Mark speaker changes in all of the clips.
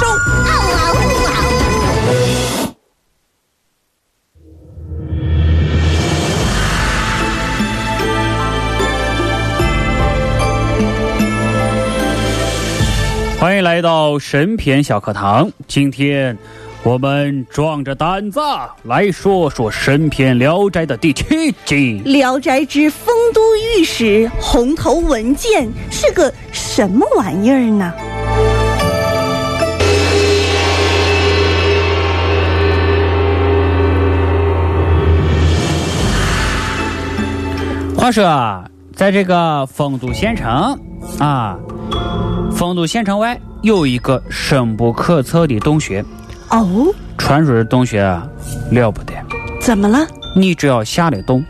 Speaker 1: 收。
Speaker 2: 啊呜啊呜啊
Speaker 3: 欢迎来到神篇小课堂。今天我们壮着胆子来说说神篇《聊斋》的第七集。
Speaker 1: 《聊斋之丰都御史红头文件》是个什么玩意儿呢？
Speaker 3: 话说啊，在这个丰都县城啊，丰都县城外有一个深不可测的洞穴。
Speaker 1: 哦，
Speaker 3: 传说这洞穴啊，了不得，
Speaker 1: 怎么了？
Speaker 3: 你只要下了洞，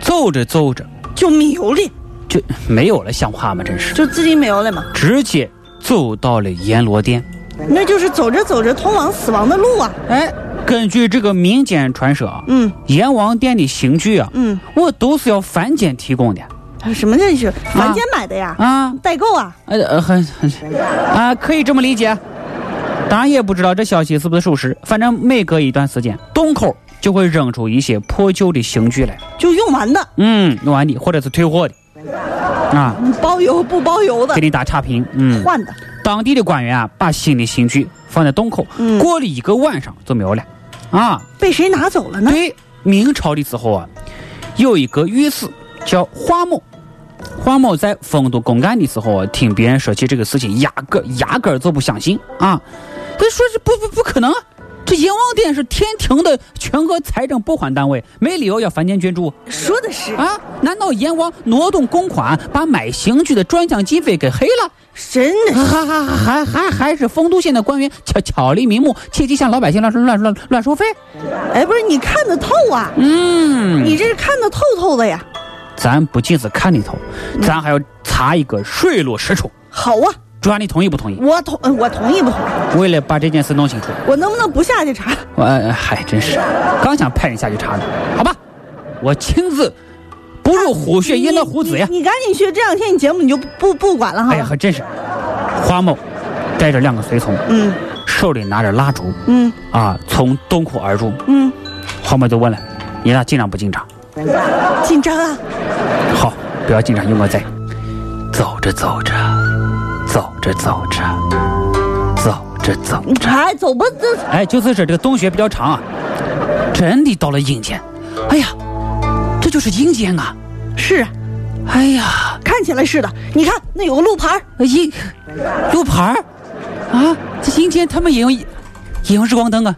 Speaker 3: 走着走着
Speaker 1: 就迷糊了，
Speaker 3: 就没有了，像话吗？真是，
Speaker 1: 就自己迷糊了嘛。
Speaker 3: 直接走到了阎罗殿。
Speaker 1: 那就是走着走着通往死亡的路啊。
Speaker 3: 哎，根据这个民间传说啊，
Speaker 1: 嗯
Speaker 3: 阎王殿的刑具啊，
Speaker 1: 嗯，
Speaker 3: 我都是要凡间提供的
Speaker 1: 什么这是凡间买的呀？
Speaker 3: 啊，
Speaker 1: 代购啊？
Speaker 3: 呃呃，很很啊，可以这么理解。当然也不知道这消息是不是属实，反正每隔一段时间，洞口就会扔出一些破旧的刑具来，
Speaker 1: 就用完的，
Speaker 3: 嗯，用完的或者是退货的，啊，
Speaker 1: 包邮不包邮的
Speaker 3: 给，你打差评，嗯。
Speaker 1: 换的。
Speaker 3: 当地的官员啊，把新的刑具放在洞口，
Speaker 1: 嗯
Speaker 3: 过了一个晚上就没有了。啊，
Speaker 1: 被谁拿走了呢？
Speaker 3: 对，明朝的时候啊，有一个御史叫华某，华某在丰都公干的时候啊，听别人说起这个事情，压根压根儿就不相信啊，他说是不不不可能啊。这阎王殿是天庭的全额财政拨款单位，没理由要凡间捐助
Speaker 1: 说的是
Speaker 3: 啊！难道阎王挪动公款，把买刑具的专项经费给黑了？
Speaker 1: 真的，
Speaker 3: 还还还还还是丰都县的官员巧巧立名目，借机向老百姓乱乱乱乱收费。
Speaker 1: 哎，不是你看得透啊，
Speaker 3: 嗯，
Speaker 1: 你这是看得透透的呀。
Speaker 3: 咱不仅是看里头，
Speaker 1: 嗯
Speaker 3: 咱还要查一个水落石出。
Speaker 1: 好啊，
Speaker 3: 主任，你同意不同意？
Speaker 1: 我同呃我同意不同意？
Speaker 3: 为了把这件事弄清楚，
Speaker 1: 我能不能不下去查？
Speaker 3: 我呃嗨，真是，刚想派人下去查呢，好吧，我亲自不入虎穴焉得虎子呀！
Speaker 1: 你你你赶紧去，这两天你节目你就不不不管了哈。
Speaker 3: 哎呀，还真是，花某带着两个随从，
Speaker 1: 嗯
Speaker 3: 手里拿着蜡烛
Speaker 1: 嗯
Speaker 3: 啊，从洞口而入。
Speaker 1: 嗯，
Speaker 3: 花某就问了：“你俩紧张不紧张？”
Speaker 1: 紧张啊，
Speaker 3: 好，不要紧张，有我在。走着走着，走着走着，走着走
Speaker 1: 你查走吧，这
Speaker 3: 哎，就是这这个洞穴比较长啊，真的到了阴间。哎呀，这就是阴间啊！
Speaker 1: 是啊，
Speaker 3: 哎呀，
Speaker 1: 看起来是的。你看那有个路牌儿，
Speaker 3: 阴路牌儿啊，这阴间他们也用也用日光灯啊。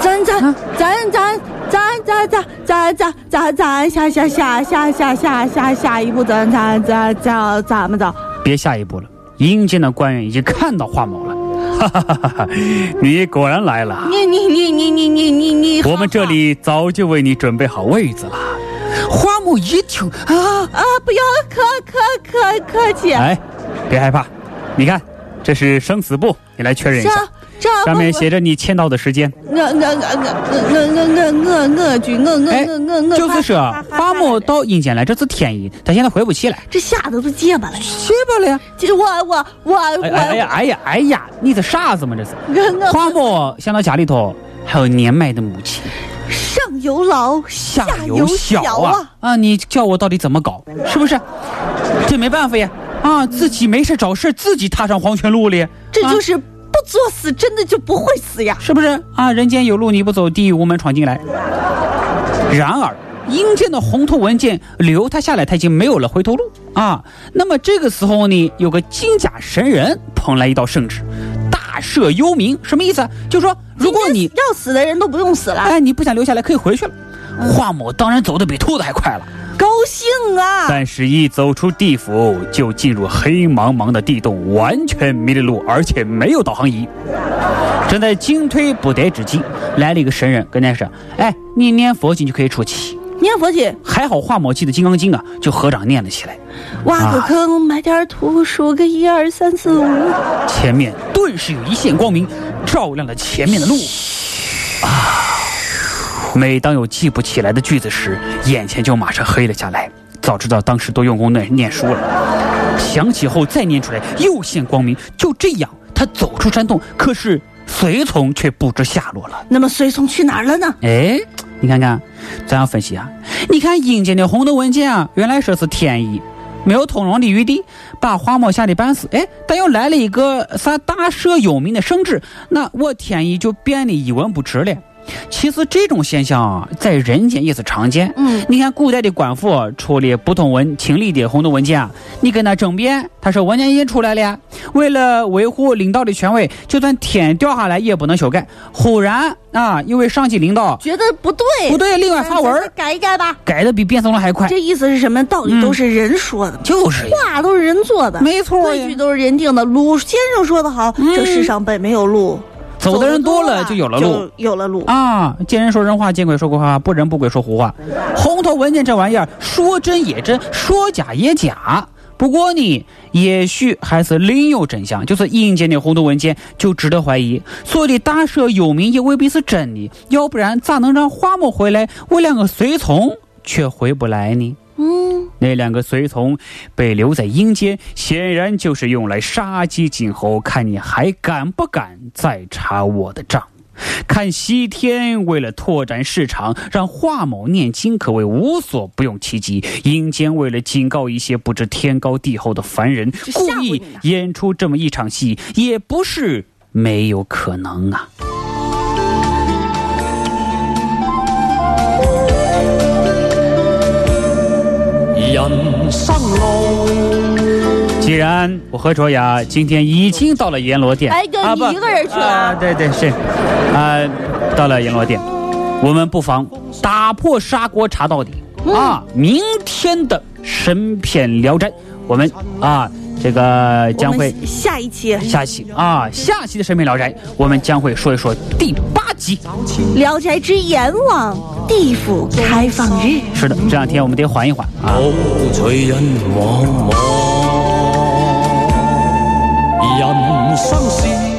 Speaker 1: 咱咱
Speaker 3: 啊
Speaker 1: 咱咱咱咱咱咱咱咱咱下下下下下下下下一步，咱咱咱咱咱们走。
Speaker 3: 别下一步了，阴间的官员已经看到华某了。哈哈哈哈哈！你果然来了。
Speaker 1: 你你你你你你你你，
Speaker 3: 我们这里早就为你准备好位子了。花木一听啊，
Speaker 1: 啊，不要客客客客气，
Speaker 3: 哎，别害怕，你看，这是生死簿，你来确认一
Speaker 1: 这
Speaker 3: 下，
Speaker 1: 这
Speaker 3: 上面写着你签到的时间。
Speaker 1: 我我我我我我我我举我我我我我，
Speaker 3: 哎就是说，花木到阴间来，这是天意，他现在回不去了。
Speaker 1: 这吓得都结巴了。
Speaker 3: 去不了。
Speaker 1: 这我我我我
Speaker 3: 哎哎呀，
Speaker 1: 我
Speaker 3: 哎呀，哎呀，你这傻子吗？这是。
Speaker 1: 我
Speaker 3: 花木想到家里头，还有年迈的母亲，
Speaker 1: 上有老
Speaker 3: 下
Speaker 1: 下
Speaker 3: 有
Speaker 1: 小
Speaker 3: 小啊！啊，你叫我到底怎么搞？是不是？这没办法呀。啊，自己没事找事，自己踏上黄泉路了，
Speaker 1: 这
Speaker 3: 啊
Speaker 1: 就是不作死，真的就不会死呀。
Speaker 3: 是不是啊？人间有路你不走，地狱无门闯进来。然而，阴间的红头文件留他下来，他已经没有了回头路啊。那么这个时候呢，有个金甲神人捧来一道圣旨，大赦幽冥，什么意思啊？就是说，如果你
Speaker 1: 要死的人都不用死了，
Speaker 3: 哎你不想留下来，可以回去了。华某当然走得比兔子还快了，
Speaker 1: 高兴啊！
Speaker 3: 但是，一走出地府，就进入黑茫茫的地洞，完全迷了路，而且没有导航仪。正在惊推不逮之际，来了一个神人，跟他说：“哎，你念佛经就可以出气。
Speaker 1: 念佛去，”
Speaker 3: 还好华某记得《金刚经》啊，就合掌念了起来。
Speaker 1: 挖
Speaker 3: 啊
Speaker 1: 个坑，埋点土，数个一二三四五。
Speaker 3: 前面顿时有一线光明，照亮了前面的路。啊！每当有记不起来的句子时，眼前就马上黑了下来。早知道当时多用功念念书了，想起后再念出来，又现光明。就这样，他走出山洞，可是随从却不知下落了。
Speaker 1: 那么随从去哪儿了呢？
Speaker 3: 哎，你看看，咱要分析啊，你看阴间的红头文件啊，原来说是天意，没有通融的余地，把黄某吓得半死。哎，但又来了一个啥大赦有名的圣旨，那我天意就变得一文不值了。其实这种现象啊，在人间也是常见。
Speaker 1: 嗯，
Speaker 3: 你看古代的官府处理不同文情理的红头文件啊，你跟他争辩，他说文件已经出来了呀，为了维护领导的权威，就算天掉下来也不能修改。忽然啊，因为上级领导
Speaker 1: 觉得不对，
Speaker 3: 不对，另外
Speaker 1: 咱
Speaker 3: 发文
Speaker 1: 咱再
Speaker 3: 儿哎
Speaker 1: 改一改吧。
Speaker 3: 改的比变色龙还快，
Speaker 1: 这意思是什么？道理都是人说的，
Speaker 3: 就是呀，
Speaker 1: 话都是人做的，
Speaker 3: 嗯没错
Speaker 1: 规矩
Speaker 3: 呀。嗯
Speaker 1: 都是人定的。鲁先生说的好，这世上本没有路，
Speaker 3: 走的人多
Speaker 1: 了
Speaker 3: 了就有了路，
Speaker 1: 有了路。
Speaker 3: 啊！见人说人话，见鬼说鬼话，不人不鬼说胡话。红头文件这玩意儿，说真也真，说假也假。不过呢，也许还是另有真相，就是阴间的红头文件就值得怀疑。所谓的大赦有名也未必是真的，要不然咋能让花木回来？我两个随从却回不来呢？
Speaker 1: 嗯，
Speaker 3: 那两个随从被留在阴间，显然就是用来杀鸡儆猴，看你还敢不敢再查我的账。看西天为了拓展市场，让华某念经可谓无所不用其极；阴间为了警告一些不知天高地厚的凡人，
Speaker 1: 吓唬
Speaker 3: 故
Speaker 1: 你
Speaker 3: 意
Speaker 1: 呢
Speaker 3: 演出这么一场戏，也不是没有可能啊。
Speaker 4: 人生路。
Speaker 3: 既然我和卓雅今天已经到了阎罗殿，
Speaker 1: 哎就
Speaker 3: 啊
Speaker 1: 你
Speaker 3: 不
Speaker 1: 一个人去了
Speaker 3: 啊对对是，啊，到了阎罗殿，我们不妨打破砂锅查到底、
Speaker 1: 嗯
Speaker 3: 啊！明天的神片聊斋，我们啊这个将
Speaker 1: 我
Speaker 3: 会
Speaker 1: 们下一期《
Speaker 3: 下期啊下期的神片聊斋，我们将会说一说第八集。
Speaker 1: 聊斋之阎王地府开放日》。
Speaker 3: 是的，这两天我们得缓一缓啊。
Speaker 4: 高取人茫茫，人生是。